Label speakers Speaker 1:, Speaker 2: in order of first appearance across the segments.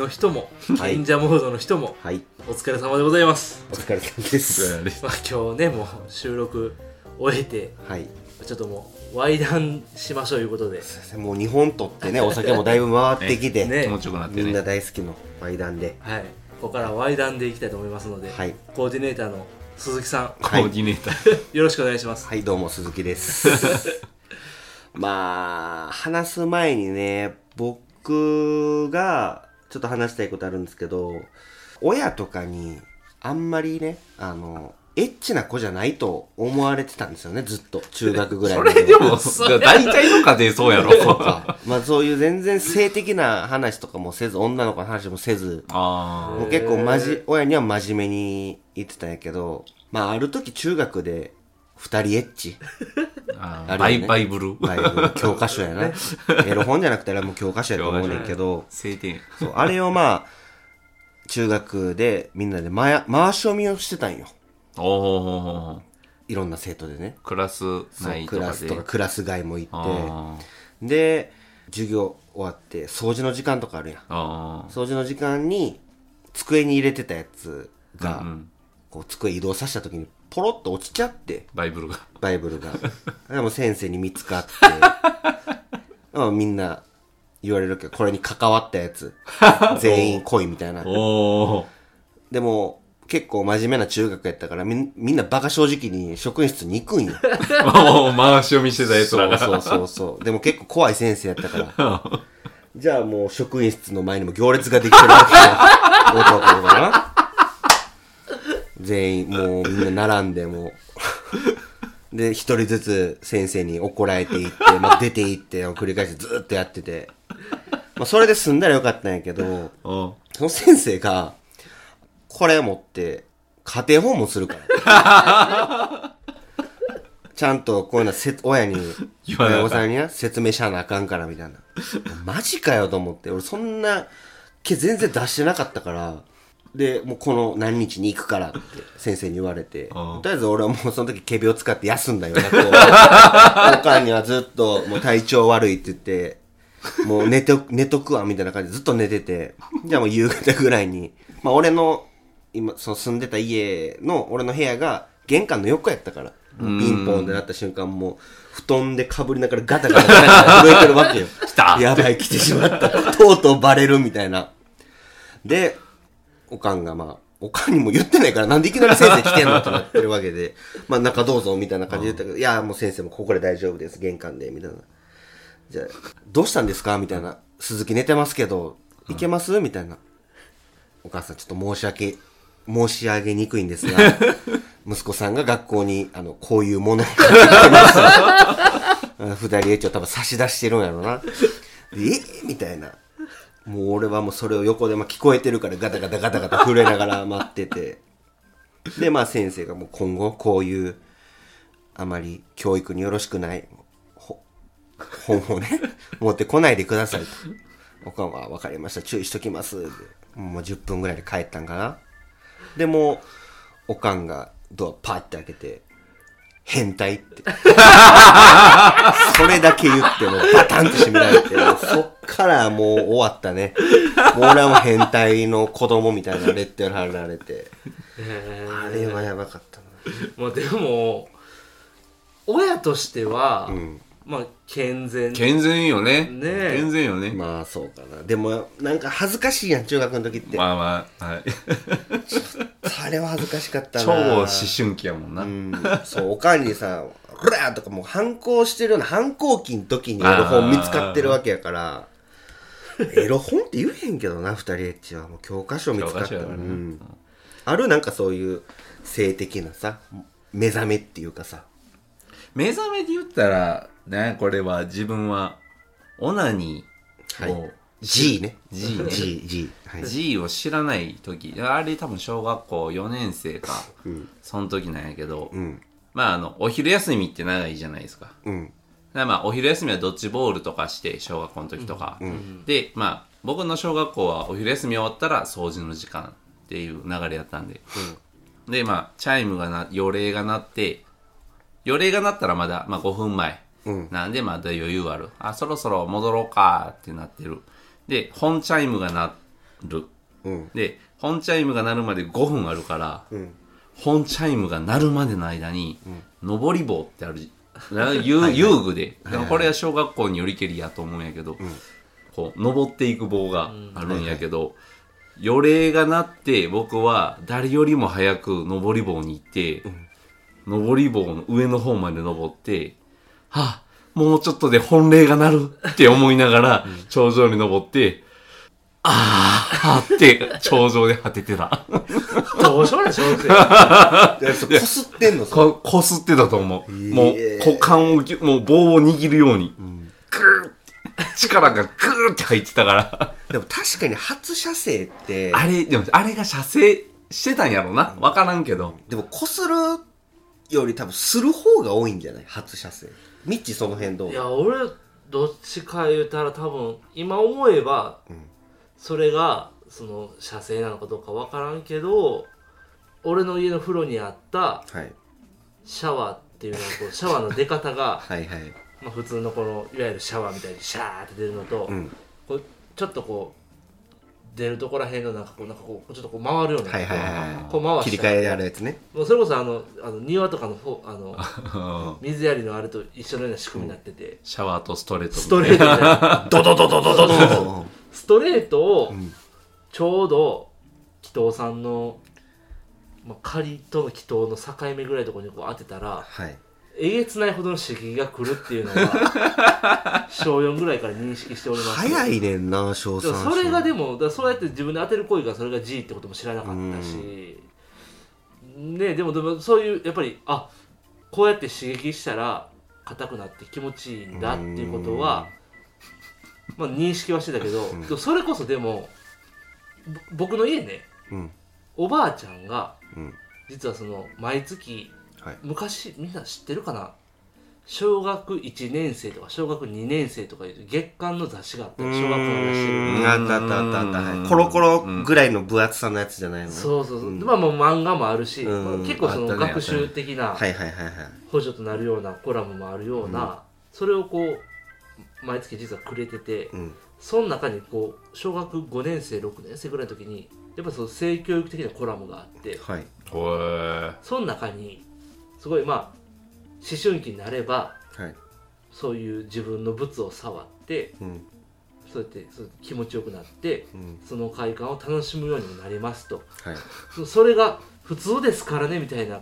Speaker 1: はい
Speaker 2: 賢者モードの人も
Speaker 1: はい
Speaker 2: お疲れ様でございます、
Speaker 1: お疲れ様です
Speaker 3: です
Speaker 2: まあ、今日ねもう収録終えて
Speaker 1: はい
Speaker 2: ちょっともうワイダンしましょういうことで
Speaker 1: もう日本取ってねお酒もだいぶ回ってきて、
Speaker 2: ね
Speaker 3: 気持ちよくなって
Speaker 1: みん な
Speaker 3: ね
Speaker 1: 大好きのワイダンで
Speaker 2: はいここからワイダンでいきたいと思いますので、
Speaker 1: はい
Speaker 2: コーディネーターの鈴木さ
Speaker 3: コーディネーター
Speaker 2: んよろしくお願いします
Speaker 1: はいどうも鈴木です まあ話す前にね僕がちょっと話したいことあるんですけど親とかにあんまりねあのエッチな子じゃないと思われてたんですよねずっと中学ぐらい
Speaker 3: そ
Speaker 1: までは
Speaker 3: れでも大体の家庭そうやろ
Speaker 1: そうか。 まあそういう全然性的な話とかもせず、女の子の話もせず、
Speaker 3: あ
Speaker 1: もう結構まじ、親には真面目に言ってたんやけど、まあある時中学で、二人エッチ。
Speaker 3: ーあー
Speaker 1: あるよ
Speaker 3: バ
Speaker 1: ね
Speaker 3: イバイブルー
Speaker 1: バイブル教科書やな。エロ本じゃなくてあれはもう教科書やと思うねんけど、
Speaker 3: 晴天
Speaker 1: そう、あれをまあ、中学でみんなでまや回し読みをしてたんよ。
Speaker 3: おお
Speaker 1: いろんな生徒でね。
Speaker 3: クラス
Speaker 1: そう
Speaker 3: 内
Speaker 1: ク
Speaker 3: と
Speaker 1: ラ
Speaker 3: か
Speaker 1: ス
Speaker 3: で
Speaker 1: とかクラス外も行っ
Speaker 3: あー
Speaker 1: て、で、授業終わって掃除の時間とかあるやん。
Speaker 3: あ
Speaker 1: 掃除の時間に机に入れてたやつ
Speaker 3: ー
Speaker 1: が、
Speaker 3: うんうん
Speaker 1: こう机移動させた時にポロッと落ちちゃって
Speaker 3: バイブルが
Speaker 1: バイ ブルがでも先生に見つかってまあみんな言われるけどこれに関わった やつ全員来いみたいな
Speaker 3: おお
Speaker 1: でも結構真面目な中学やったからみんみんなバカ正直に職員室に行くん よ
Speaker 3: おー回し読みしてたやつ
Speaker 1: そ
Speaker 3: ら
Speaker 1: う
Speaker 3: が
Speaker 1: そうそうそうでも結構怖い先生やったから
Speaker 3: あ
Speaker 1: じゃあもう職員室の前にも行列ができてるわけよ。男の子がな。全員、もうみんな並んで、も う。で、一人ずつ先生に怒られていって、まあ、出ていってを繰り返してずーっとやってて。まあ、それで済んだらよかったんやけど、
Speaker 3: ー
Speaker 1: その先生が、これ持って、家庭訪問するから。 ちゃんとこういうのはせ親に、
Speaker 3: 言わなあかん
Speaker 1: 親御さんにな説明しゃなあかんからみたいな。マジかよと思って、俺そんな毛全然出してなかったから、で、もうこの何日に行くからって先生に言われて、
Speaker 3: ああ
Speaker 1: とりあえず俺はもうその時毛病使って休んだよ、やっと。おかんにはずっともう体調悪いって言って、もう寝と、寝とくわ、みたいな感じでずっと寝てて、じゃあもう夕方ぐらいに、まあ俺の、今、その住んでた家の、俺の部屋が玄関の横やったから、ピンポンってなった瞬間もう、布団で被りながらガタガタガタガタ震えてるわけよ。
Speaker 3: 来た
Speaker 1: やばい、来てしま った。とうとうバレるみたいな。で、おかんがまあ、おかんにも言ってないから、なんでいきなり先生来てんのってなってるわけで、 まあ中どうぞみたいな感じで言ったけど、いや、もう先生もここで大丈夫です、玄関で、みたいな。じゃあ、どうしたんですかみたいな。鈴木寝てますけど、いけますみたいな。お母さん、ちょっと申し訳、申し上げにくいんですが、息子さんが学校に、あの、こういうものをうん 二人エッチを多分差し出してるんやろな。えみたいな。もう俺はもうそれを横で、まあ、聞こえてるからガタガタガタガタ震えながら待ってて。で、まあ先生がもう今後こういう、あまり教育によろしくないほ 本をね、持ってこないでくださいと。僕はまあ分かりました。注意しときます。でもう10分ぐらいで帰ったんかな。でもう、おかんがドアパッて開けて、変態って。それだけ言ってもうバタンと閉められて、そっからもう終わったね。もう俺はもう変態の子供みたいなレッテル貼られて。
Speaker 2: え
Speaker 1: あれはやばかったな。
Speaker 2: ーまあでも親としては、
Speaker 1: ん
Speaker 2: まあ健全
Speaker 3: 健全よね
Speaker 2: ねえ
Speaker 3: 健全よねま
Speaker 1: まあそうかな。でもなんか恥ずかしいやん、中学の時って。
Speaker 3: あまあはい
Speaker 1: あれは恥ずかしかったな。
Speaker 3: 超思春期やもんな
Speaker 1: うん、そう、おかんにさ、ほらとかもう反抗してるような反抗期の時にエロ本見つかってるわけや から、エロ本って言えへんけどな、二人エッチは。もう教科書見つかったら、
Speaker 3: 教科書やろ
Speaker 1: う。
Speaker 3: なん
Speaker 1: あるなんかそういう性的なさ、目覚めっていうかさ。
Speaker 3: 目覚めで言ったらねこれは自分はオナニ
Speaker 1: はい
Speaker 3: ーを
Speaker 1: G ね。
Speaker 3: G ね
Speaker 1: G、G。はい。
Speaker 3: G を知らない時あれ多分小学校4年生か、その時なんやけど、
Speaker 1: うん。
Speaker 3: まああのお昼休みって長いじゃないですかだか
Speaker 1: うん。
Speaker 3: らまあお昼休みはドッジボールとかして小学校の時とか、でまあ僕の小学校はお昼休み終わったら掃除の時間っていう流れやったんで、でまあチャイムがな予令が鳴って予令が鳴ったらまだ、まあ、5分前、
Speaker 1: うん
Speaker 3: なんでまだ余裕あるあそろそろ戻ろうかってなってるで本チャイムが鳴る
Speaker 1: うん
Speaker 3: で本チャイムが鳴るまで5分あるから、
Speaker 1: うん
Speaker 3: 本チャイムが鳴るまでの間に、上り棒ってあ るじな遊遊具ででもこれは小学校によりけりやと思うんやけど、こう登っていく棒があるんやけど、予令が鳴って僕は誰よりも早く上り棒に行って、上り棒の上の方まで登ってはあもうちょっとで本霊が鳴るって思いながら頂上に登って、あーって頂上で果ててた。
Speaker 2: どうしようもない小学生。
Speaker 1: でそこすってんのそれ
Speaker 3: ここすってたと思う。
Speaker 1: いえ
Speaker 3: もう股間をぎゅ、もう棒を握るように、グーって、力がグーって入ってたから。
Speaker 1: でも確かに初射精って
Speaker 3: あれ、でもあれが射精してたんやろな。わからんけど。
Speaker 1: でもこするより多分する方が多いんじゃない初射精ミッチその辺どう
Speaker 2: いや俺どっちか言うたら多分今思えば、それがその射精なのかどうかわからんけど俺の家の風呂にあった
Speaker 1: はい
Speaker 2: シャワーっていうのはこうシャワーの出方が、
Speaker 1: はいはい
Speaker 2: まあ、普通のこのいわゆるシャワーみたいにシャーって出るのと、
Speaker 1: うん
Speaker 2: こうちょっとこう出るとこら辺のなんかこうなんかこうちょっとこう回るような、
Speaker 1: はいはいは
Speaker 2: こう回
Speaker 1: い切
Speaker 2: し
Speaker 1: り
Speaker 2: た
Speaker 1: 替えあるやつね
Speaker 2: もうそれこそあのあの庭とかのほうあの
Speaker 3: うん
Speaker 2: 水やりのあれと一緒のような仕組みになってて、
Speaker 3: シャワーとストレート。
Speaker 2: ストレートみたいなドドドドドドドド
Speaker 1: うん
Speaker 2: ストレートを
Speaker 1: ん
Speaker 2: ちょうど紀藤さんの、まあ、仮との紀藤の境目ぐらいのところにこう当てたら
Speaker 1: はい
Speaker 2: えげつないほどの刺激が来るっていうのは 小4ぐらいから認識しております
Speaker 1: 早いねんな小
Speaker 2: でも
Speaker 1: 三
Speaker 2: それがで
Speaker 1: も
Speaker 2: もだからそうやって自分で当てる行為がそれが G ってことも知らなかったし、ねでもでもそういうやっぱりあこうやって刺激したら硬くなって気持ちいいんだっていうことは、まあ、認識はしてたけど、でもそれこそでもぼ僕の家ね
Speaker 1: うん
Speaker 2: おばあちゃんが
Speaker 1: うん
Speaker 2: 実はその毎月
Speaker 1: はい
Speaker 2: 昔みんな知ってるかな小学1年生とか小学2年生とかいう月間の雑誌があって小学校の雑誌
Speaker 1: う
Speaker 2: が
Speaker 1: んあったあったあったあったは
Speaker 3: う
Speaker 1: い
Speaker 3: ん
Speaker 1: コロコロぐらいの分厚さのやつじゃないの
Speaker 2: そうそうそう、
Speaker 1: ん
Speaker 2: まあもう漫画もあるし、
Speaker 1: うん
Speaker 2: まあ結構そ
Speaker 3: あ
Speaker 2: の
Speaker 3: ったね
Speaker 2: 学習的な
Speaker 1: はいはいはいはい
Speaker 2: 補助となるようなコラムもあるような、それをこう毎月実はくれてて、
Speaker 1: うん
Speaker 2: その中にこう小学5年生6年生ぐらいの時にやっぱその性教育的なコラムがあって
Speaker 1: はい
Speaker 3: ほえ
Speaker 2: その中にすごいまあ思春期になれば
Speaker 1: はい
Speaker 2: そういう自分の物を触って
Speaker 1: うん
Speaker 2: そうやってそう気持ちよくなって
Speaker 1: うん
Speaker 2: その快感を楽しむようにもなりますと。
Speaker 1: はい
Speaker 2: それが普通ですからねみたいな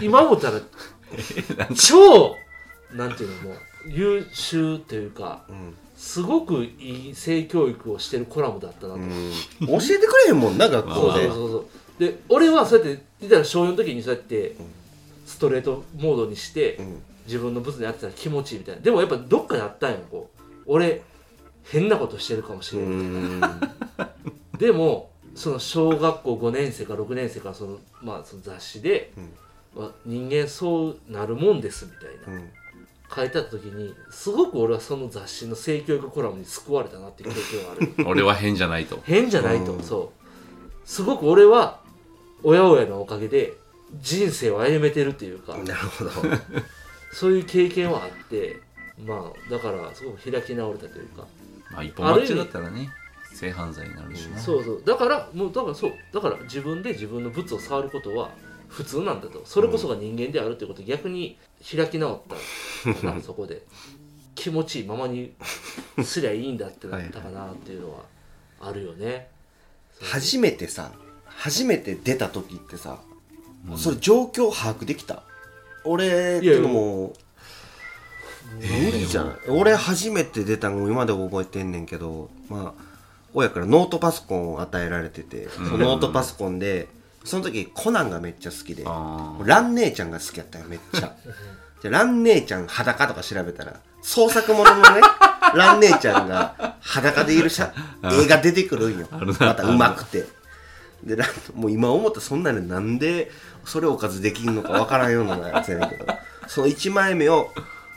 Speaker 2: 今思った ら超なんていうのもう優秀というか
Speaker 1: うん
Speaker 2: すごくいい性教育をしてるコラムだったなと、
Speaker 1: うん教えてくれへんもんな学
Speaker 2: そう
Speaker 1: 校
Speaker 2: そう
Speaker 1: で
Speaker 2: そうそうで俺はそうやって言ったら小4の時にそうやってストレートモードにして、
Speaker 1: ん
Speaker 2: 自分のブツに当てたら気持ちいいみたいなでもやっぱどっかであったんよこう俺変なことしてるかもしれ
Speaker 1: う
Speaker 2: ない、
Speaker 1: ん
Speaker 2: でもその小学校5年生か6年生かその、まあ、その雑誌で、まあ人間そうなるもんですみたいな、
Speaker 1: うん
Speaker 2: 書いてあった時にすごく俺はその雑誌の性教育コラムに救われたなっていう経験がある
Speaker 3: 俺は変じゃない と。
Speaker 2: 変じゃないと、そうすごく俺は親親のおかげで人生を歩めてるというか、
Speaker 1: なるほど
Speaker 2: そういう経験はあってまあだからすごく開き直れたというか
Speaker 3: まあ一本間違ったらね、性犯罪になるしな。
Speaker 2: そうそうだからもうだからそうだから自分で自分の物を触ることは普通なんだとそれこそが人間であるということ逆に開き直った かなそこで気持ちいいままにすりゃいいんだってなったかなっていうのはあるよね
Speaker 1: 初めてさ初めて出た時ってさ、それ状況把握できた俺っていうのも無理じゃん俺初めて出たの今でも覚えてんねんけどまあ親からノートパソコンを与えられてて、そのノートパソコンでその時コナンがめっちゃ好きで
Speaker 3: あー
Speaker 1: ラン姉ちゃんが好きやったよめっちゃじゃあラン姉ちゃん裸とか調べたら創作もののね ラン姉ちゃんが裸でいる写映画出てくるんよまたうまくてでランもう今思ったらそんなのなんでそれおかずできんのかわからんようなやつやねんけどその1枚目を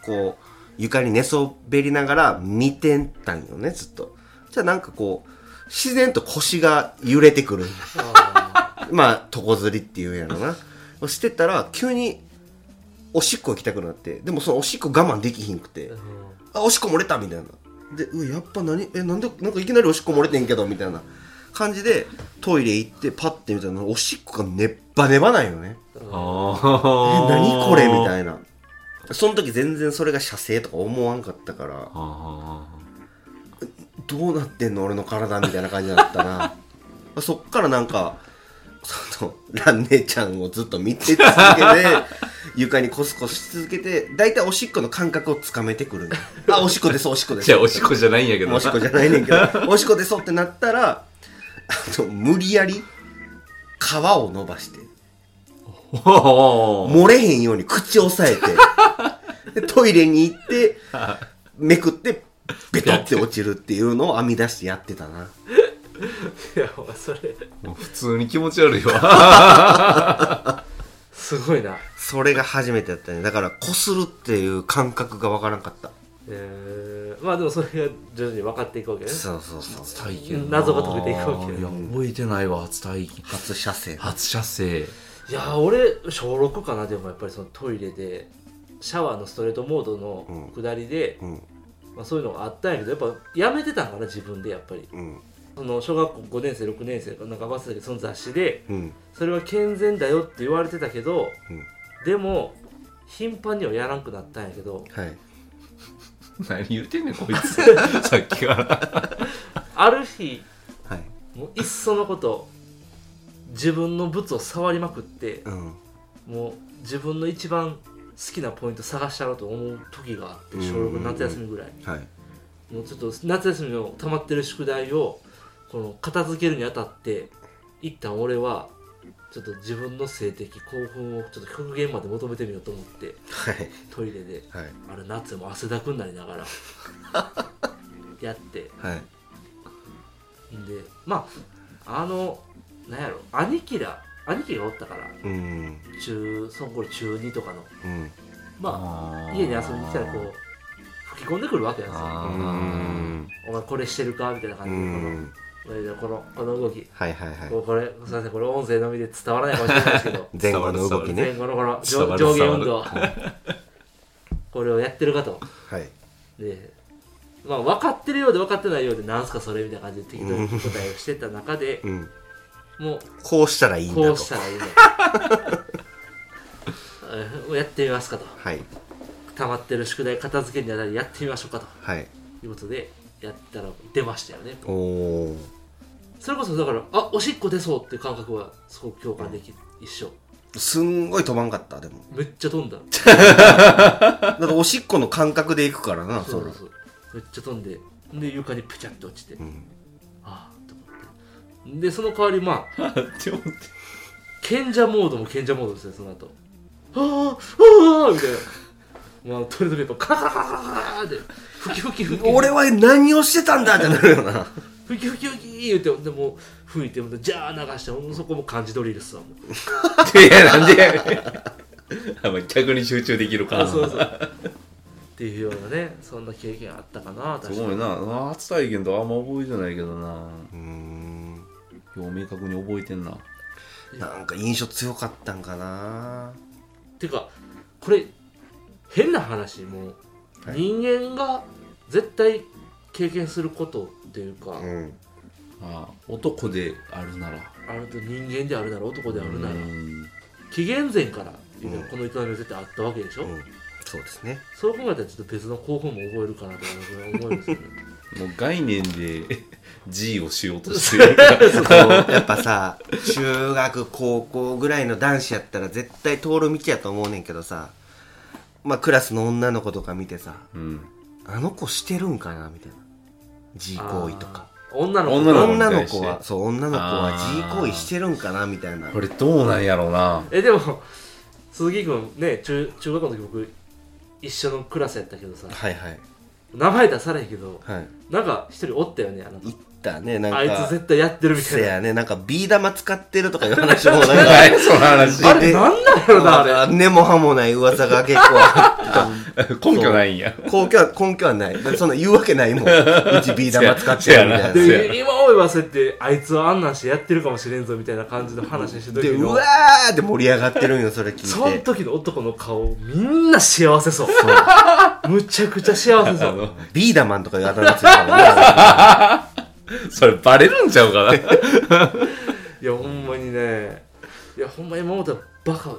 Speaker 1: こう床に寝そべりながら見てたんよねずっとじゃあなんかこう自然と腰が揺れてくるまあ床ずりっていうんやろなしてたら急におしっこ行きたくなってでもそのおしっこ我慢できひんくて、あおしっこ漏れたみたいなでうわやっぱ何えなんでなんかいきなりおしっこ漏れてんけどみたいな感じでトイレ行ってパッて見たらおしっこがネッバネバないよねえ何
Speaker 3: 何
Speaker 1: これみた
Speaker 3: い
Speaker 1: いなその時全然それが射精とか思わんかったから
Speaker 3: な
Speaker 1: どうなってんの俺の体みたいな感じだったな そっからなんかそのラン姉ちゃんをずっと見て続けて 床にコスコスし続けて大体おしっこの感覚をつかめてく るねあおしっこですおしっこです
Speaker 3: じゃあおしっこじゃないんやけど
Speaker 1: おしっこじゃないねんけど おしっこでそうってなったらあの無理やり皮を伸ばして
Speaker 3: おー
Speaker 1: 漏れへんように口を押さえ てでトイレに行ってめくってベトって落ちるっていうのを編み出してやってたな
Speaker 2: うんいやお前それ
Speaker 3: もう普通に気持ち悪いわ
Speaker 2: すごいな
Speaker 1: それが初めてだったねだからこするっていう感覚がわからんかった
Speaker 2: えー、まあでもそれが徐々に分かっていくわけね
Speaker 1: そうそうそう
Speaker 3: 初体 験
Speaker 2: 謎が解けていくわけ
Speaker 3: いや覚えてないわ初体験
Speaker 1: 初射精
Speaker 3: 初射精
Speaker 2: いやー俺小6かなでもやっぱりそのトイレでシャワーのストレートモードの下りで、
Speaker 1: うん
Speaker 2: まあ、そういうのがあったんやけどやっぱやめてたんかな自分でやっぱり
Speaker 1: うん
Speaker 2: その小学校5年生6年生かなんか忘れたけどその雑誌で
Speaker 1: うん
Speaker 2: それは健全だよって言われてたけど、
Speaker 1: うん
Speaker 2: でも頻繁にはやらんくなったんやけど
Speaker 1: はい
Speaker 3: 何言うてんねんこいつ さっきから
Speaker 2: ある日
Speaker 1: はい
Speaker 2: もういっそのこと自分のブツを触りまくって
Speaker 1: うん
Speaker 2: もう自分の一番好きなポイント探したろうと思う時があって
Speaker 1: うん
Speaker 2: 小6の夏休みぐらい
Speaker 1: はい
Speaker 2: もうちょっと夏休みの溜まってる宿題をこの片付けるにあたって一旦俺はちょっと自分の性的興奮をちょっと極限まで求めてみようと思って
Speaker 1: はい
Speaker 2: トイレで
Speaker 1: はい
Speaker 2: あれ夏も汗だくになりながら やって
Speaker 1: はい
Speaker 2: んでまああのなんやろ兄貴ら兄貴がおったから
Speaker 1: うん
Speaker 2: 中その頃中2とかの
Speaker 1: うん
Speaker 2: まあ家に遊びに来たらこう吹き込んでくるわけなんです
Speaker 3: あ
Speaker 2: よ
Speaker 3: ー
Speaker 1: うん
Speaker 2: お前これしてるかみたいな
Speaker 1: う
Speaker 2: 感
Speaker 1: ん
Speaker 2: じでこのこのこの動き
Speaker 1: はいはいはい
Speaker 2: こうこれすいませんこれ音声のみで伝わらないかもしれないですけど
Speaker 1: 前後の動き
Speaker 2: 前
Speaker 1: ね
Speaker 2: 後のこの
Speaker 3: 伝わ
Speaker 2: 上
Speaker 3: る
Speaker 2: 上下
Speaker 3: 伝わ
Speaker 2: 運
Speaker 3: る
Speaker 2: 動これをやってるかと
Speaker 1: はい
Speaker 2: で、まあ、分かってるようで分かってないようでなんすかそれみたいな感じで適当に答えをしてた中で
Speaker 1: うん
Speaker 2: も
Speaker 1: こうしたらいいん
Speaker 2: う
Speaker 1: だ
Speaker 2: ことうしたらいいね えーやってみますかと
Speaker 1: はい
Speaker 2: 溜まってる宿題片付けにあたりやってみましょうかと
Speaker 1: はい
Speaker 2: いうことでやったら出ましたよね
Speaker 1: おお
Speaker 2: それこそだからあおしっこ出そうっていう感覚はすごく共感できる一緒
Speaker 1: すんごい飛ばんかったでも
Speaker 2: めっちゃ飛んだ
Speaker 1: だっておしっこの感覚でいくからな
Speaker 2: そ
Speaker 1: そうら
Speaker 2: そうそうめっちゃ飛んでで床にぺちゃって落ちて、
Speaker 1: ん
Speaker 2: ああと思ってでその代わりまあ
Speaker 3: って思って
Speaker 2: 賢者モードも賢者モードですねその後はあはあみたいなまあとりあえずやっぱカカカカカーって吹き吹き吹き
Speaker 1: 俺は何をしてたんだってなるよ な
Speaker 2: 吹き吹き吹き言うてでも吹いてもじゃあ流してもうそこも漢字ドリルっすわもう
Speaker 3: いや、なんでやねんあまあ逆に集中できるから。
Speaker 2: あそうそうっていうようなねそんな経験あったかな
Speaker 3: す
Speaker 2: 確か
Speaker 3: ごい
Speaker 2: に
Speaker 3: な。あ初体験とあんま覚えてないけどな。
Speaker 1: うーん
Speaker 3: よう明確に覚えてんな。
Speaker 1: なんか印象強かったんかな
Speaker 2: てかこれ変な話もう、
Speaker 1: はい
Speaker 2: 人間が絶対経験することっていうか、
Speaker 1: うん
Speaker 3: あ男であるなら。
Speaker 2: あると人間であるなら男であるなら、
Speaker 3: うん
Speaker 2: 紀元前からいうのはこの営みは絶対あったわけでしょ、
Speaker 1: うんそうです ね
Speaker 2: そう考えたらちょっと別の興奮も覚えるかなと思いますよね
Speaker 3: もう概念で G をしようとし てる。
Speaker 1: やっぱさ中学高校ぐらいの男子やったら絶対通る道やと思うねんけどさまあクラスの女の子とか見てさ
Speaker 3: うん。
Speaker 1: あの子してるんかなみたいな G 行為とか
Speaker 2: あー女の子
Speaker 3: 女の子
Speaker 1: 女の
Speaker 3: に
Speaker 1: 子
Speaker 3: 対
Speaker 1: は
Speaker 3: して
Speaker 1: そう女の子は G
Speaker 3: あー
Speaker 1: 行為してるんかなみたいな
Speaker 3: これどうなんやろうな。
Speaker 2: えでも鈴木君ね中中学校の時僕一緒のクラスやったけどさ
Speaker 1: はいはい
Speaker 2: 名前出さないけど
Speaker 1: はい
Speaker 2: なんか一人おったよねあの
Speaker 1: 行ったねなんか
Speaker 2: あいつ絶対やってるみた
Speaker 1: せ
Speaker 2: いな
Speaker 1: やねなんかビー玉使ってるとかいう話もなんか
Speaker 3: 何その話。
Speaker 2: あれなんなんやろなあれ
Speaker 1: あ根も葉もない噂 が結構ある
Speaker 3: 根拠ないんや。
Speaker 1: 根拠は根拠はないだってそんな言うわけないもんうちビー玉使ってるみ たいな
Speaker 3: せやな
Speaker 2: で今思いばせってあいつはあんなんしてやってるかもしれんぞみたいな感じの話してる
Speaker 1: で
Speaker 2: 時
Speaker 1: う
Speaker 2: の
Speaker 1: わーって盛り上がってるんよそれ
Speaker 2: そ
Speaker 1: 聞
Speaker 2: の
Speaker 1: いて
Speaker 2: 時の男の顔みんな幸せそうむちゃくちゃ幸せそ
Speaker 3: あ
Speaker 2: う
Speaker 3: の、
Speaker 1: ビーダマンとかいう頭ついてたもんね
Speaker 3: それバレるんちゃうかな
Speaker 2: いやほんまにねいやほんま今思ったらバカ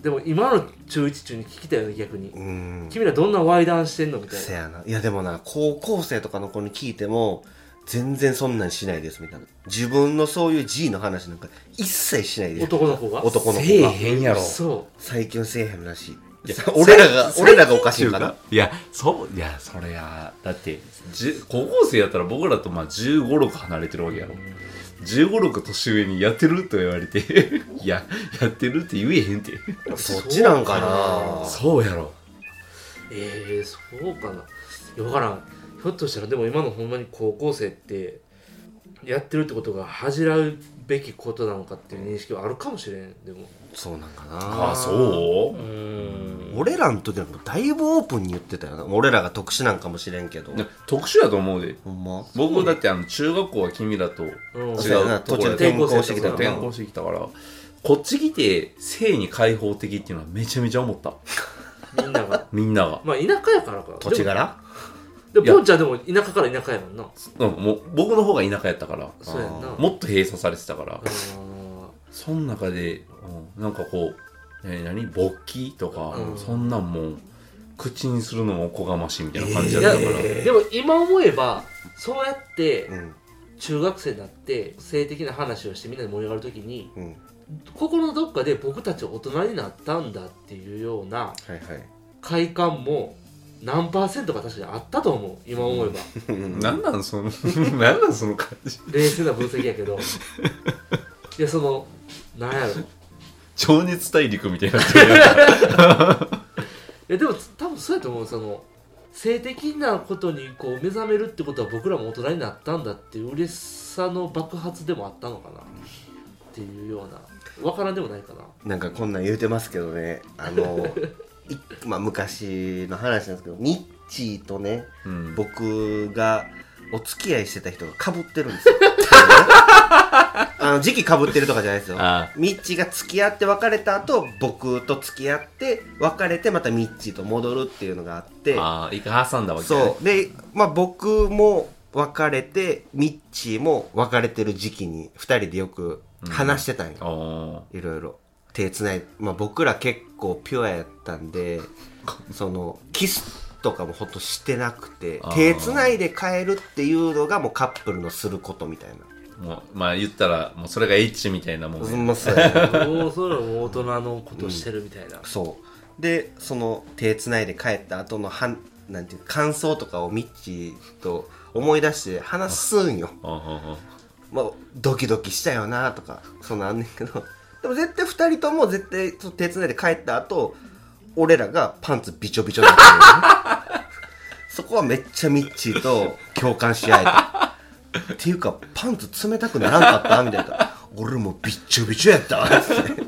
Speaker 2: でも今の中1中に聞きたよね逆に
Speaker 1: うん
Speaker 2: 君らどんなワイダンしてんのみたい
Speaker 1: せ
Speaker 2: な
Speaker 1: やないやでもな高校生とかの子に聞いても全然そんなんしないですみたいな自分のそういう G の話なんか一切しないです
Speaker 2: 男の子が
Speaker 1: 男の
Speaker 3: せ
Speaker 1: 子
Speaker 3: え
Speaker 1: が
Speaker 3: へんやろ
Speaker 2: そ
Speaker 1: 最近せえへんらしい俺らが俺 らがおかしいのかない
Speaker 3: やそういやそれやだってじゅ高校生やったら僕らとまあ1 5 6離れてるわけやろ1 5 6年上に「やってる?」と言われて 「いややってる?」って言えへんって
Speaker 1: そっちなんか
Speaker 2: あ
Speaker 1: な
Speaker 3: そうやろ
Speaker 2: うええそうかなよからんひょっとしたらでも今のほんまに高校生ってやってるってことが恥じらうべきことなのかっていう認識はあるかもしれんでも
Speaker 1: そうなんか
Speaker 3: あ
Speaker 1: な
Speaker 3: あそうう
Speaker 2: ーん
Speaker 1: 俺らの時なんかだいぶオープンに言ってたよな俺らが特殊なんかもしれんけど
Speaker 3: いや特殊やと思うで
Speaker 1: ほんま
Speaker 3: 僕だってあの中学校は君らと違う
Speaker 2: うん
Speaker 1: そうやな
Speaker 3: と
Speaker 1: 途
Speaker 3: こ
Speaker 1: 中
Speaker 3: ろ
Speaker 1: で
Speaker 3: で
Speaker 1: 転校してきた
Speaker 2: 転
Speaker 1: よ
Speaker 2: 校生
Speaker 3: 転
Speaker 1: な
Speaker 3: 校してきたからこっち来て性に開放的っていうのはめちゃめちゃ思った
Speaker 2: みんなが
Speaker 3: みんなが
Speaker 2: まあ田舎やからか
Speaker 1: 土地柄
Speaker 2: でも
Speaker 3: い
Speaker 2: で
Speaker 3: や
Speaker 2: ポンちゃんでも田舎から田舎やもんな
Speaker 3: うんもう僕の方が田舎やったから
Speaker 2: そうやんな
Speaker 1: あー
Speaker 3: もっと閉鎖されてたから
Speaker 2: あー
Speaker 3: その中で、うんなんかこう、えー何勃起とか、
Speaker 2: うん
Speaker 3: そんなんもう口にするのもおこがましいみたいな感じ
Speaker 2: い
Speaker 3: だっ
Speaker 2: や
Speaker 3: たから、
Speaker 2: でも今思えばそうやって
Speaker 1: うん
Speaker 2: 中学生になって性的な話をしてみんなで盛り上がるときに
Speaker 1: うんは
Speaker 2: 心のどっかで僕たち大人になったんだっていうようない
Speaker 1: はい
Speaker 2: 快感も何パーセントか確かにあったと思う今思えば
Speaker 3: なんなんその なんなんその感じ
Speaker 2: 冷静な分析やけ どいやそのなんやろい
Speaker 3: 情熱大陸みたいにな ってるやん
Speaker 2: やでも多分そうやと思うその性的なことにこう目覚めるってことは僕らも大人になったんだっていう嬉しさの爆発でもあったのかなっていうようなわからんでもないかな
Speaker 1: なんかこんなん言うてますけどねあのいまあ昔の話なんですけどニッチーとね
Speaker 3: うん
Speaker 1: 僕がお付き合いしてた人がかぶってるんですよ あの時期かぶってるとかじゃないですよ
Speaker 3: ああ
Speaker 1: ミッチーが付き合って別れた後僕と付き合って別れてまたミッチーと戻るっていうのがあって
Speaker 3: ああ一回挟んだわけやね
Speaker 1: そうで、まあ、僕も別れてミッチーも別れてる時期に2人でよく話してたんよ、
Speaker 3: あ
Speaker 1: いろいろ手つないまあ、僕ら結構ピュアやったん でそのキスとかもほんとしてなくて
Speaker 3: あー
Speaker 1: 手つないで帰るっていうのがもうカップルのすることみたいな。
Speaker 3: あもうまあ言ったらもうそれがエッチみたいなもんね、
Speaker 1: うんまあそうやな
Speaker 2: もうそれはもう大人のことしてるみたいな、
Speaker 1: そうでその手つないで帰った後のはんなんていうか感想とかをミッチーと思い出して話すんよ、
Speaker 3: ああ
Speaker 1: まあ、ドキドキしたよなとかそんなんあんねんけどでも絶対2人とも絶対ちょっと手つないで帰った後俺らがパンツびちょびちょになってるよねそこはめっちゃミッチーと共感し合えたっていうかパンツ冷たくならんかったみたいな俺もびっちょびちょやったわつっても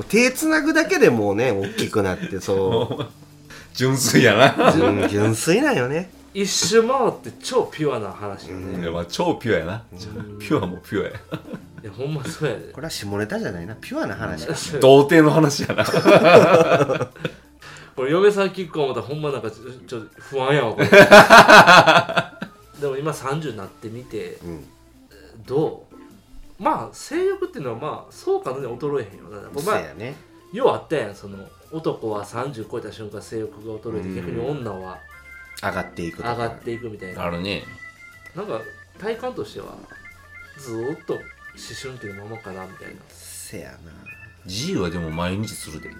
Speaker 1: う手つなぐだけでもうね大きくなってそ
Speaker 3: あ 純粋やな、
Speaker 1: う、うん、純粋なんよね
Speaker 2: 一周回って超ピュアな話よね、
Speaker 3: いやまあ超ピュアやな、ピュアもピュアや
Speaker 2: いやほんまそうや で
Speaker 1: これは下ネタじゃないなピュアな話か
Speaker 3: 童貞の話やな
Speaker 2: これ嫁さん聞くか思ったらほんまなんかちょちょっと不安やわこれでも今30になってみて
Speaker 1: うん
Speaker 2: どうまあ性欲っていうのはまあそうかなね衰えへんよなだから
Speaker 1: そ
Speaker 2: ま
Speaker 1: う
Speaker 2: あ
Speaker 1: やね
Speaker 2: ようあったやんその男は30超えた瞬間性欲が衰えて逆に女は
Speaker 1: 上がっていくとか
Speaker 2: 上がっていくみたいな
Speaker 3: あるね
Speaker 2: なんか体感としてはずーっと思春期のままかなみたいな
Speaker 1: せやな
Speaker 3: G はでも毎日するで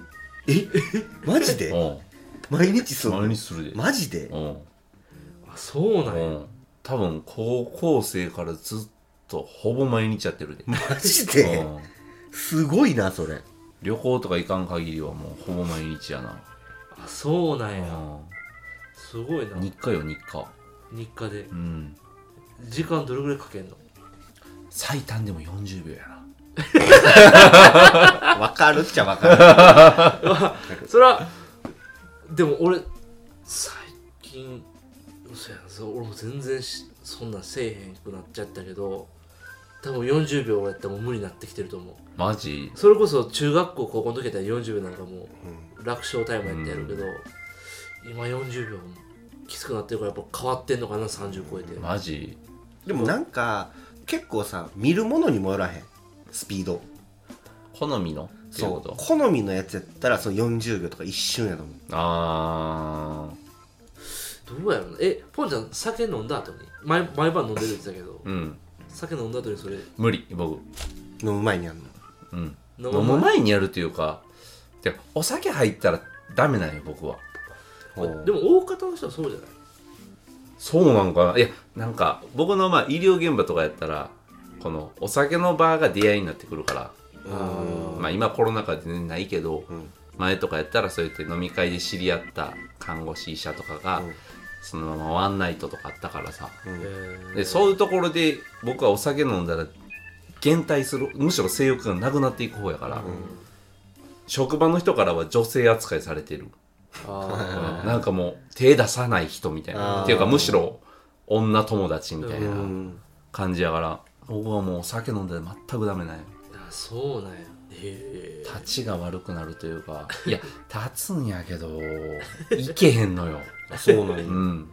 Speaker 1: マジで
Speaker 3: うん
Speaker 1: 毎日すんの
Speaker 3: 毎日するで
Speaker 1: マジで
Speaker 3: うん
Speaker 2: あそうなんや、
Speaker 3: うん多分高校生からずっとほぼ毎日やってるで、
Speaker 1: マジ
Speaker 3: う
Speaker 1: で
Speaker 3: ん
Speaker 1: すごいなそれ
Speaker 3: 旅行とか行かん限りはもうほぼ毎日やな、
Speaker 2: あそうなん
Speaker 3: う、
Speaker 2: や、すごいなん
Speaker 3: 日課よ日課
Speaker 2: 日課で
Speaker 3: うん
Speaker 2: 時間どれぐらいかけんの
Speaker 3: 最短でも40秒やな
Speaker 1: わかるっちゃわかる
Speaker 2: それはでも俺最近嘘やなそう俺も全然しそんなんせえへんくなっちゃったけど多分40秒やったらもう無理になってきてると思う
Speaker 3: マジ
Speaker 2: それこそ中学校高校の時やったら40秒なんかもう楽勝タイムやってやるけど、今40秒きつくなってるからやっぱ変わってんのかな30超えて、
Speaker 3: マジ
Speaker 1: でもなんか結構さ見るものにもよらへんスピード
Speaker 3: 好みのっていう
Speaker 1: そ
Speaker 3: こ
Speaker 1: う
Speaker 3: と
Speaker 1: 好みのやつやったらその40秒とか一瞬やと思う
Speaker 3: あ
Speaker 2: どうやろうなえポンちゃん酒飲んだ後に毎毎晩飲んでるって言ってたけど
Speaker 3: ーうん
Speaker 2: 酒飲んだ後にそれ
Speaker 3: 無理僕
Speaker 1: 飲む前にやるの
Speaker 3: うん
Speaker 2: 飲
Speaker 3: 飲む前にやるっていうかてかお酒入ったらダメなんよ僕は
Speaker 1: ほう
Speaker 2: でも大方の人はそうじゃない
Speaker 3: そうなんかないやなんか僕のまあ医療現場とかやったらこのお酒のバーが出会いになってくるから
Speaker 1: うん
Speaker 3: まあ今コロナ禍で全然ないけど、
Speaker 1: ん
Speaker 3: 前とかやったらそうやって飲み会で知り合った看護師医者とかが、
Speaker 1: うん
Speaker 3: そのままワンナイトとかあったからさ、
Speaker 1: うん
Speaker 2: へ
Speaker 3: でそういうところで僕はお酒飲んだら減退するむしろ性欲がなくなっていく方やから、職場の人からは女性扱いされてる、
Speaker 2: あ
Speaker 3: なんかもう手出さない人みたい
Speaker 1: あ
Speaker 3: な
Speaker 1: ー
Speaker 3: っていうかむしろ女友達みたいうなん感じやから、僕はもうお酒飲んだら全くダメなんよ
Speaker 2: ーあそうなんやへえ
Speaker 3: 立ちが悪くなるというか いや立つんやけど行けへんのよ
Speaker 1: あそうなん や
Speaker 3: うん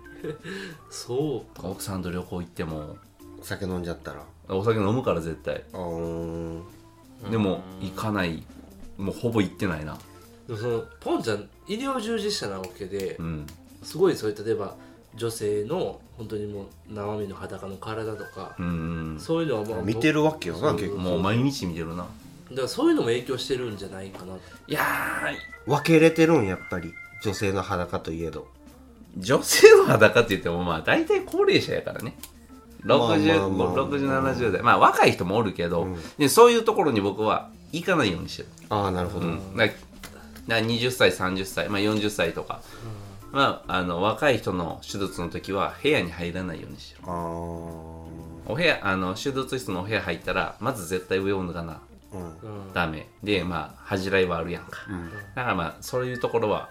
Speaker 2: そう
Speaker 3: 奥さんと旅行行っても
Speaker 1: お酒飲んじゃったら
Speaker 3: お酒飲むから絶対
Speaker 1: あー
Speaker 3: でも行かないもうほぼ行ってないな
Speaker 2: でもそのポンちゃん医療従事者なわけで
Speaker 3: うん
Speaker 2: すごいそういう例えば女性の本当にもう生身の裸の体とか、
Speaker 3: うん
Speaker 2: そういうのはまあ
Speaker 1: 見てるわけよな
Speaker 2: そう
Speaker 1: 結構
Speaker 3: もう毎日見てるな
Speaker 2: だからそういうのも影響してるんじゃないかない
Speaker 3: や
Speaker 1: 分けれてるんやっぱり女性の裸といえど
Speaker 3: ー女性の裸って言ってもまあ大体高齢者やからね
Speaker 1: まあまあまあ
Speaker 3: 6070代まあ若い人もおるけど、
Speaker 1: うん
Speaker 3: でそういうところに僕は行かないようにしてる
Speaker 1: ああなるほど、
Speaker 3: うん、だからだ20歳30歳、まあ、40歳とか、まあ、あの若い人の手術の時は部屋に入らないようにしてる
Speaker 1: あー
Speaker 3: お部屋あの手術室のお部屋入ったらまず絶対上を脱がな
Speaker 1: うん
Speaker 2: うん
Speaker 3: ダメでまあ恥じらいはあるやんか、
Speaker 1: ん
Speaker 3: だからまあそういうところは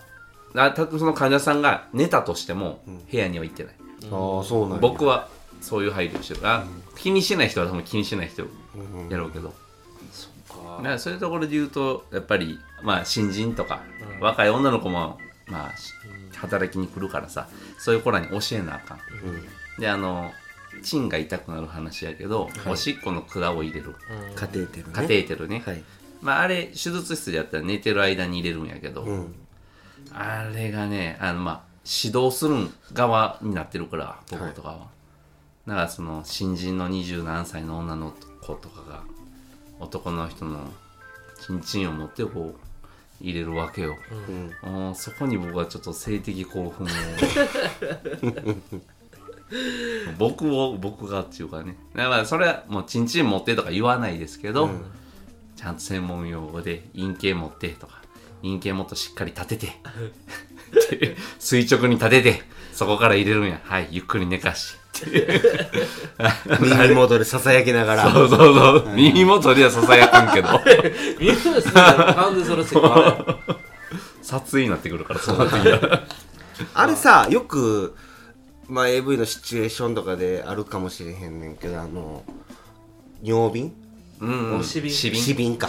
Speaker 3: あたその患者さんが寝たとしても
Speaker 1: ん
Speaker 3: 部屋には行ってない、
Speaker 1: ああそうなんや
Speaker 3: 僕はそういう配慮をしてるあ、気にしない人は多分気にしない人
Speaker 1: うん
Speaker 3: やろうけど、
Speaker 2: そ
Speaker 3: だ
Speaker 2: っ
Speaker 3: か
Speaker 2: から
Speaker 3: そういうところで言うとやっぱり、まあ、新人とか、
Speaker 2: うん
Speaker 3: 若い女の子も、まあ、し働きに来るからさそういう子らに教えなあかん
Speaker 1: うん
Speaker 3: であのチンが痛くなる話やけど、おしっこの管を入れる
Speaker 2: うん
Speaker 1: カテーテルね
Speaker 3: カテーテルね、
Speaker 1: はい
Speaker 3: まあ、あれ手術室でやったら寝てる間に入れるんやけど、
Speaker 1: うん
Speaker 3: あれがねあのまあ指導する側になってるから僕とかは、だからその新人の二十何歳の女の子とかが男の人のチンチンを持ってこう入れるわけよ、
Speaker 1: うん
Speaker 3: あーそこに僕はちょっと性的興奮を僕を僕がっていうかねだからそれはもうチンチン持ってとか言わないですけど、ちゃんと専門用語で陰茎持ってとか陰茎もっとしっかり立ててって垂直に立ててそこから入れるんやはいゆっくり寝かし
Speaker 1: 耳元でささやきながら
Speaker 3: そうそうそう、耳元ではささやかんけ ど
Speaker 2: みんなですね完全それセクハラ
Speaker 3: 撮影になってくるからそうなってきたら
Speaker 1: あれさよく、まあ、AV のシチュエーションとかであるかもしれへんねんけどあの尿瓶
Speaker 3: うん、
Speaker 2: おしびん
Speaker 3: しびん
Speaker 1: 死瓶か、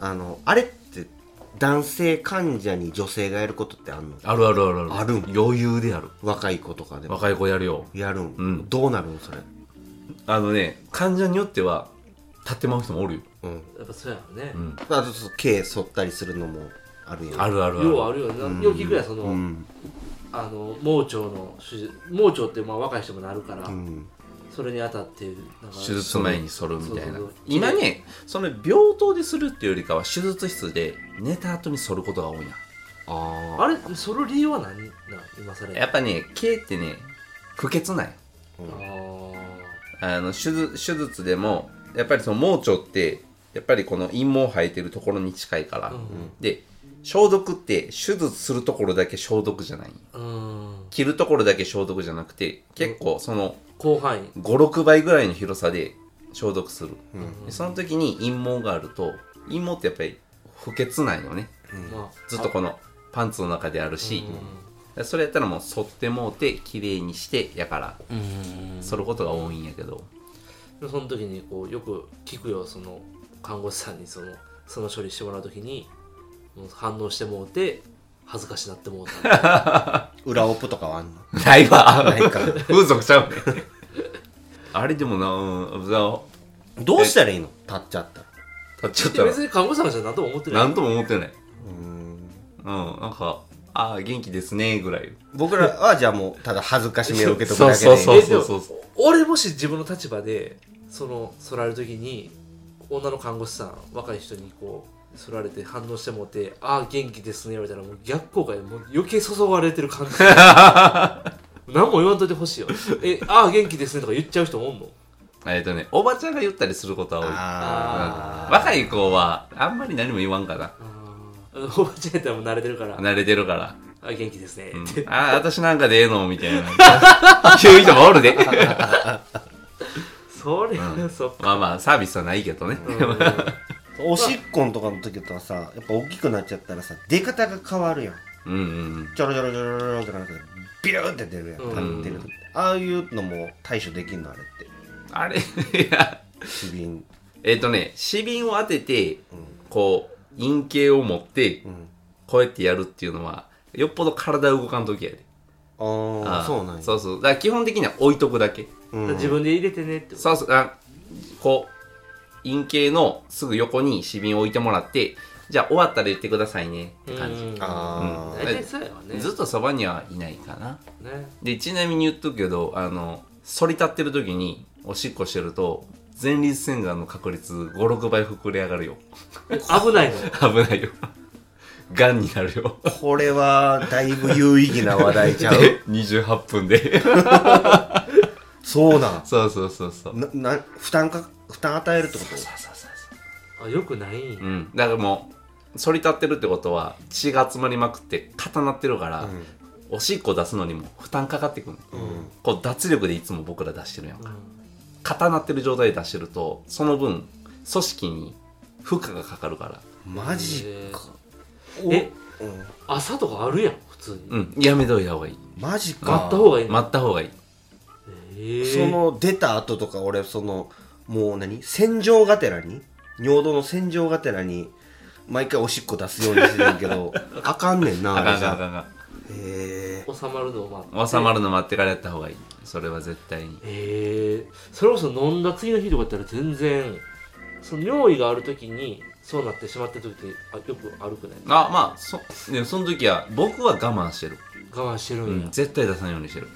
Speaker 1: あのあれって男性患者に女性がやることってあんの
Speaker 3: あるあるあるある
Speaker 1: あるん
Speaker 3: 余裕である
Speaker 1: 若い子とかでも
Speaker 3: 若い子やるよ
Speaker 1: やるん、
Speaker 3: うん
Speaker 1: どうなるんそれ
Speaker 3: あのね患者によっては立ってまう人もおるよ
Speaker 1: うん
Speaker 2: やっぱそうやろね、
Speaker 1: あとそう毛剃ったりするのもあるよ
Speaker 3: あるあるある
Speaker 2: ようあるよね、よう聞くやんその、あの盲腸の手術盲腸ってまあ若い人もなるから、
Speaker 1: うん
Speaker 2: それに当たってなんか
Speaker 3: 手術前に剃るみたいな
Speaker 2: そうそうそう
Speaker 3: 今ねその病棟でするっていうよりかは手術室で寝た後に剃ることが多いな
Speaker 1: あ
Speaker 2: あれその理由は何なん今更
Speaker 3: やっぱね毛ってね不潔ない
Speaker 2: あー
Speaker 3: あの手術手術でもやっぱりその盲腸ってやっぱりこの陰毛生えてるところに近いから、
Speaker 2: ん
Speaker 3: で消毒って手術するところだけ消毒じゃない
Speaker 2: うん
Speaker 3: 切るところだけ消毒じゃなくて結構その
Speaker 2: 広範囲
Speaker 3: 56倍ぐらいの広さで消毒する、でその時に陰毛があると陰毛ってやっぱり不潔ないのね
Speaker 2: まあ
Speaker 3: ずっとこのパンツの中であるし、それやったらもう剃ってもうて綺麗にしてやから
Speaker 2: うん
Speaker 3: 剃ることが多いんやけど、
Speaker 2: その時にこうよく聞くよその看護師さんにそのその処理してもらう時にもう反応してもうて恥ずかしなっても うた
Speaker 1: 裏オプとかはあんの
Speaker 3: ないわ
Speaker 1: ないか
Speaker 3: 風俗ちゃうねあれでもな、うん、ど
Speaker 1: どうしたらいいの立っちゃったら
Speaker 3: 立っちゃった
Speaker 2: 別に看護師さんじゃ何とも思って
Speaker 3: ら
Speaker 2: ない
Speaker 3: なんとも思ってない。
Speaker 1: うん
Speaker 3: うん、なんか、ああ、元気ですね、ぐらい。
Speaker 1: 僕らはじゃあもうただ恥ずかしめを受け止め
Speaker 3: そ
Speaker 1: る
Speaker 3: う
Speaker 1: だけで
Speaker 3: そうそう
Speaker 2: え
Speaker 3: そうそうそう。
Speaker 2: 俺もし自分の立場でそのそられる時に女の看護師さん若い人にこうそられて反応してもって「ああ元気ですね」言われたらもう逆効果でもう余計注がれてる 感じ何も言わんといてほしいよ「えああ元気ですね」とか言っちゃう人おんの
Speaker 3: えっ、とね、おばちゃんが言ったりすることは多い。
Speaker 1: ああ
Speaker 3: 若い子は、あんまり何も言わんかな。
Speaker 2: おばちゃんやったらもう慣れてるから「
Speaker 3: 慣れてるから。
Speaker 2: あ元気ですね」
Speaker 3: うん
Speaker 2: って、
Speaker 3: ああ、私なんかでええのみたいな。言う人もおる で。
Speaker 2: それはそっか、
Speaker 3: まあまあ、サービスはないけどね。
Speaker 2: うん
Speaker 1: おしっこんとかの時とはさやっぱ大きくなっちゃったらさ出方が変わるやん
Speaker 3: うんうん
Speaker 1: ちょろちょろちょろちょろってなんかビューンって出るやん
Speaker 2: うん
Speaker 1: たってる時ってああいうのも対処できんのあれって
Speaker 3: うん。あれいや、
Speaker 1: 機敏
Speaker 3: えっ、とね、死瓶を当てて、こう、陰茎を持って、
Speaker 1: うん
Speaker 3: こうやってやるっていうのは、よっぽど体動かんときやで。
Speaker 1: ああ
Speaker 3: ー
Speaker 1: そうなんや
Speaker 3: そうそう。だから基本的には置いとくだけ。
Speaker 1: うん
Speaker 2: 自分で入れてねってこと
Speaker 3: そうそう、あこう、陰茎のすぐ横に紙瓶を置いてもらって、じゃあ終わったら言ってくださいねって感
Speaker 2: う
Speaker 3: じ。
Speaker 2: ん
Speaker 1: あ
Speaker 2: 大体そうやわね
Speaker 3: ずっとそばにはいないかな。
Speaker 2: ね
Speaker 3: で、ちなみに言っとくけど、あの、反り立ってる時におしっこしてると、前立腺がんの確率5、6倍膨れ上がるよ。
Speaker 2: 危ないの
Speaker 3: 危ないよ。がんになるよ。
Speaker 1: あこれはだいぶ有意義な話題ちゃう
Speaker 3: で、28分で。
Speaker 1: そうな ん
Speaker 3: そうそうそうそう。
Speaker 1: なな負担か負担与えるってこと
Speaker 2: あよくないんや
Speaker 3: うん。だからもう、反り立ってるってことは、血が集まりまくって固なってるから、
Speaker 1: うん
Speaker 3: おしっこ出すのにも負担かかってくる、
Speaker 1: ん
Speaker 3: こう脱力でいつも僕ら出してるやん
Speaker 2: う
Speaker 3: か
Speaker 2: ん
Speaker 3: 固なってる状態で出してるとその分組織に負荷がかかるから
Speaker 1: マジ
Speaker 2: え
Speaker 1: か
Speaker 2: ーえ
Speaker 1: おうん
Speaker 2: 朝とかあるやん普通に、
Speaker 3: うんやめといた方がいい
Speaker 1: マジか
Speaker 2: 待った方がいいの、
Speaker 3: 待った方がいい
Speaker 2: えー
Speaker 1: その出た後とか俺そのもう何洗浄がてらに尿道の洗浄がてらに毎回おしっこ出すようにしてるけ どあかんねんな
Speaker 3: あ
Speaker 1: あ
Speaker 3: かん
Speaker 1: れ
Speaker 3: あ
Speaker 1: じ
Speaker 3: かんあ
Speaker 1: ゃ
Speaker 3: かんあ
Speaker 1: へえ
Speaker 2: 収まるのを待
Speaker 3: かん収まるの待ってからやった方がいいそれは絶対に
Speaker 2: えー、それこそ飲んだ次の日とかやったら全然その尿意がある時にそうなってしまった時ってあよくあるくない
Speaker 3: あまあそ,、ね、その時は僕は我慢してる、
Speaker 2: 我慢してる
Speaker 3: うん
Speaker 2: や、
Speaker 3: ん、絶対出さないようにしてる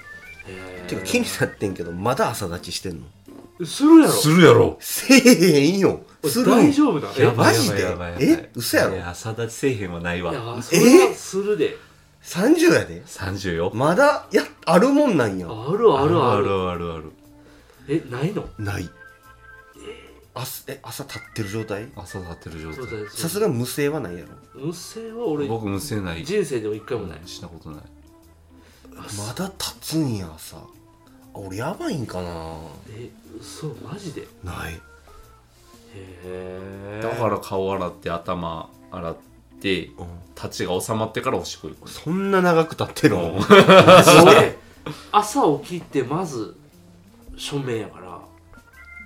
Speaker 2: えー
Speaker 1: てか気になってんけどまだ朝立ちしてんの
Speaker 2: するやろ
Speaker 3: るやろ
Speaker 1: せえへんよするん
Speaker 2: 大丈夫だ
Speaker 3: やばい
Speaker 1: マジで
Speaker 3: やばいやばいやばい
Speaker 1: え嘘やろ
Speaker 3: い朝立ちせえへんはない
Speaker 2: い
Speaker 3: わ
Speaker 2: やそれはするで
Speaker 1: 30やで
Speaker 3: 30よ
Speaker 1: まだやあるもんなんや
Speaker 2: あるあるある
Speaker 3: あるある
Speaker 2: えないの
Speaker 1: ないあすえ朝立ってる状態
Speaker 3: 朝立ってる状
Speaker 2: そう
Speaker 3: 態
Speaker 2: だよ
Speaker 1: さすが無性はないやろ
Speaker 2: 無性は俺
Speaker 3: 僕むせない
Speaker 2: 人生でも一回もない
Speaker 3: したことない
Speaker 1: まだ立つんや朝あ俺やばいんかな
Speaker 2: えそうマジでへ
Speaker 1: ない
Speaker 2: え
Speaker 3: だから顔洗って頭洗って
Speaker 1: うん
Speaker 3: 立ちが収まってからおしっこ行く
Speaker 1: そんな長く経ってる
Speaker 3: う
Speaker 1: の
Speaker 3: ん
Speaker 2: 俺朝起きてまず署名やから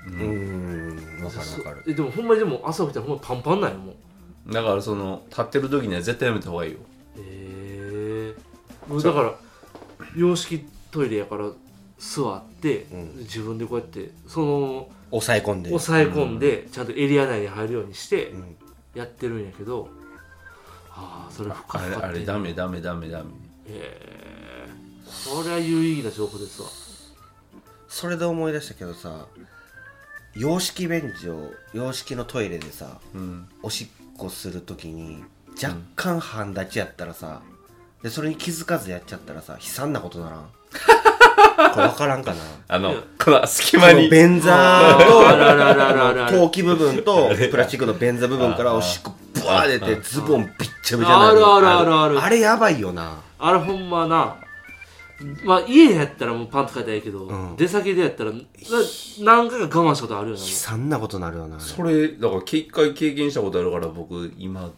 Speaker 1: うんわかるわかる
Speaker 2: えでもほんまにでも朝起きたらほんまパンパンなんやもんへ
Speaker 3: だからその立ってる時には絶対やめた方がいいよ
Speaker 2: えもうだから洋式トイレやから座って、
Speaker 1: うん
Speaker 2: 自分でこうやってその
Speaker 1: 抑え込んで
Speaker 2: 抑え込んで、ちゃんとエリア内に入るようにして
Speaker 1: うん
Speaker 2: やってるんやけど、ああそれ深か
Speaker 3: あ
Speaker 2: っ
Speaker 3: れ
Speaker 2: た
Speaker 3: あれダメダメダメダメ
Speaker 2: ええそりゃ有意義な情報ですわ
Speaker 1: それで思い出したけどさ洋式便所洋式のトイレでさ
Speaker 3: うん
Speaker 1: おしっこするときに若干半立ちやったらさ、でそれに気づかずやっちゃったらさ悲惨なことなら んこれ分からんかな
Speaker 3: あ
Speaker 2: い
Speaker 3: の
Speaker 2: や
Speaker 3: この隙間
Speaker 1: この
Speaker 3: に
Speaker 1: 便座
Speaker 2: あららららら
Speaker 1: と陶器部分とプラスチックの便座部分からおしっこブワー出てズボンびっちゃびちゃにな
Speaker 2: あるあるあるある
Speaker 1: あれやばいよな
Speaker 2: あれほんまな、まあ家やったらもうパンとかいたらええけど、
Speaker 1: うん
Speaker 2: 出先でやったら、な何回か我慢したことあるよな、
Speaker 1: 悲惨なことなるよなあれ
Speaker 3: それだから一回経験したことあるから僕今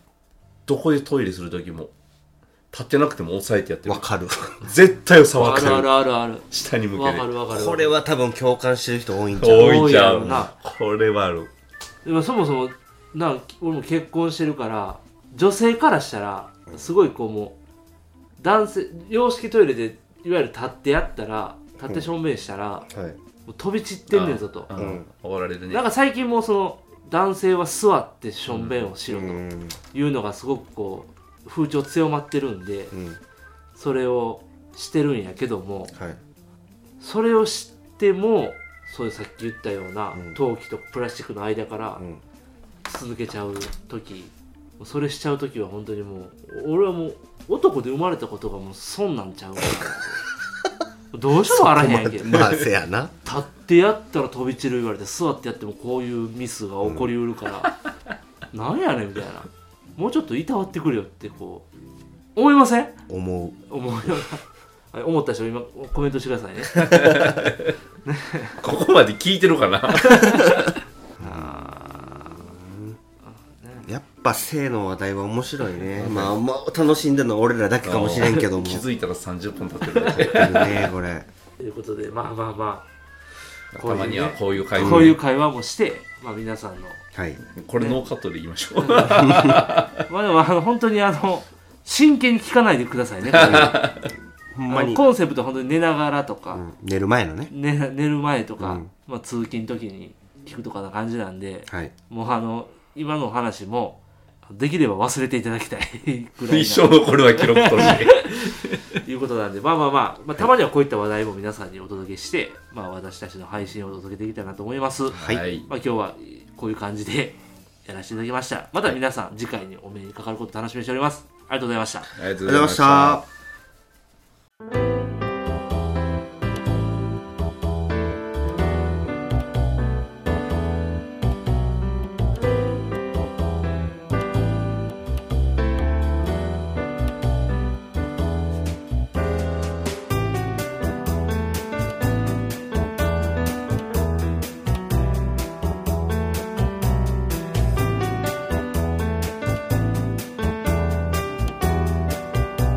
Speaker 3: どこでトイレする時も立ってなくても押さえてやってる
Speaker 1: わかる
Speaker 3: 絶対触
Speaker 2: あ
Speaker 3: って
Speaker 2: るあ
Speaker 3: る
Speaker 2: るあるある。
Speaker 3: 下に向け
Speaker 2: わ
Speaker 3: て
Speaker 2: かるわかる。
Speaker 1: これは多分共感してる人多いんちゃう
Speaker 3: 多いじ
Speaker 2: 多い
Speaker 3: ゃ
Speaker 2: やろ
Speaker 3: ん
Speaker 2: な
Speaker 3: これはある
Speaker 2: でもそもそも、な、俺も結婚してるから、女性からしたら、すごいこうもう、男性、洋式トイレで、いわゆる立ってやったら、立って正面したら、
Speaker 1: はい
Speaker 2: 飛び散ってんねんぞと、
Speaker 3: うん怒られるね
Speaker 2: なんか最近もうその男性は座ってしょんべんをしろと
Speaker 1: うん
Speaker 2: いうのがすごくこう風潮強まってるんで
Speaker 1: うん
Speaker 2: それをしてるんやけども
Speaker 1: はい
Speaker 2: それを知ってもそういうさっき言ったような
Speaker 1: うん
Speaker 2: 陶器とプラスチックの間から
Speaker 1: うん
Speaker 2: 筒抜けちゃう時それしちゃう時は本当にもう俺はもう男で生まれたことがもう損なんちゃうかな どうしてもあらへんやんけ立
Speaker 1: まあせやな
Speaker 2: ってやったら飛び散る言われて座ってやってもこういうミスが起こりうる から、なんやねんみたいなもうちょっといたわってくれよってこう思いません
Speaker 1: 思う
Speaker 2: 思うようなはい思った人今コメントしてくだ さいね
Speaker 3: ここまで聞いてるかな
Speaker 1: やっぱ性の話題は面白いねまあ、まあ、楽しんでるのは俺らだけかもしれんけども
Speaker 3: 気づいたら30分経ってるね
Speaker 1: やってるねこれ
Speaker 2: ということでまあまあま
Speaker 3: たまにはこういう
Speaker 2: あ
Speaker 3: 会
Speaker 2: こう
Speaker 3: 話
Speaker 2: いう会話もして、まあ、皆さんの
Speaker 1: はい
Speaker 3: これノーカットで言いましょう
Speaker 2: まあでもあの本当にあの真剣に聞かないでください ねこういう
Speaker 1: ほんま
Speaker 2: あの
Speaker 1: に、
Speaker 2: コンセプトは本当に寝ながらとか、
Speaker 1: うん寝る前のね
Speaker 2: 寝寝る前とか、
Speaker 1: うん
Speaker 2: まあ、通勤時に聞くとかな感じなんで
Speaker 1: はい
Speaker 2: もうあの今のお話もできれば忘れていただきたいぐ らい
Speaker 3: 一生
Speaker 2: な
Speaker 3: のこれは記録として
Speaker 2: いうことなんでまあまあまあ、まあ、たまにはこういった話題も皆さんにお届けして、まあ、私たちの配信をお届けできたらなと思います。
Speaker 1: はい
Speaker 2: まあ、今日はこういう感じでやらせていただきましたまた皆さん次回にお目にかかること楽しみにしておりますありがとうございました
Speaker 3: ありがと
Speaker 1: あ
Speaker 3: う
Speaker 1: りがとう
Speaker 3: ご
Speaker 1: ご
Speaker 3: ざ
Speaker 1: ざ
Speaker 3: い
Speaker 1: い
Speaker 3: まし
Speaker 1: ましたた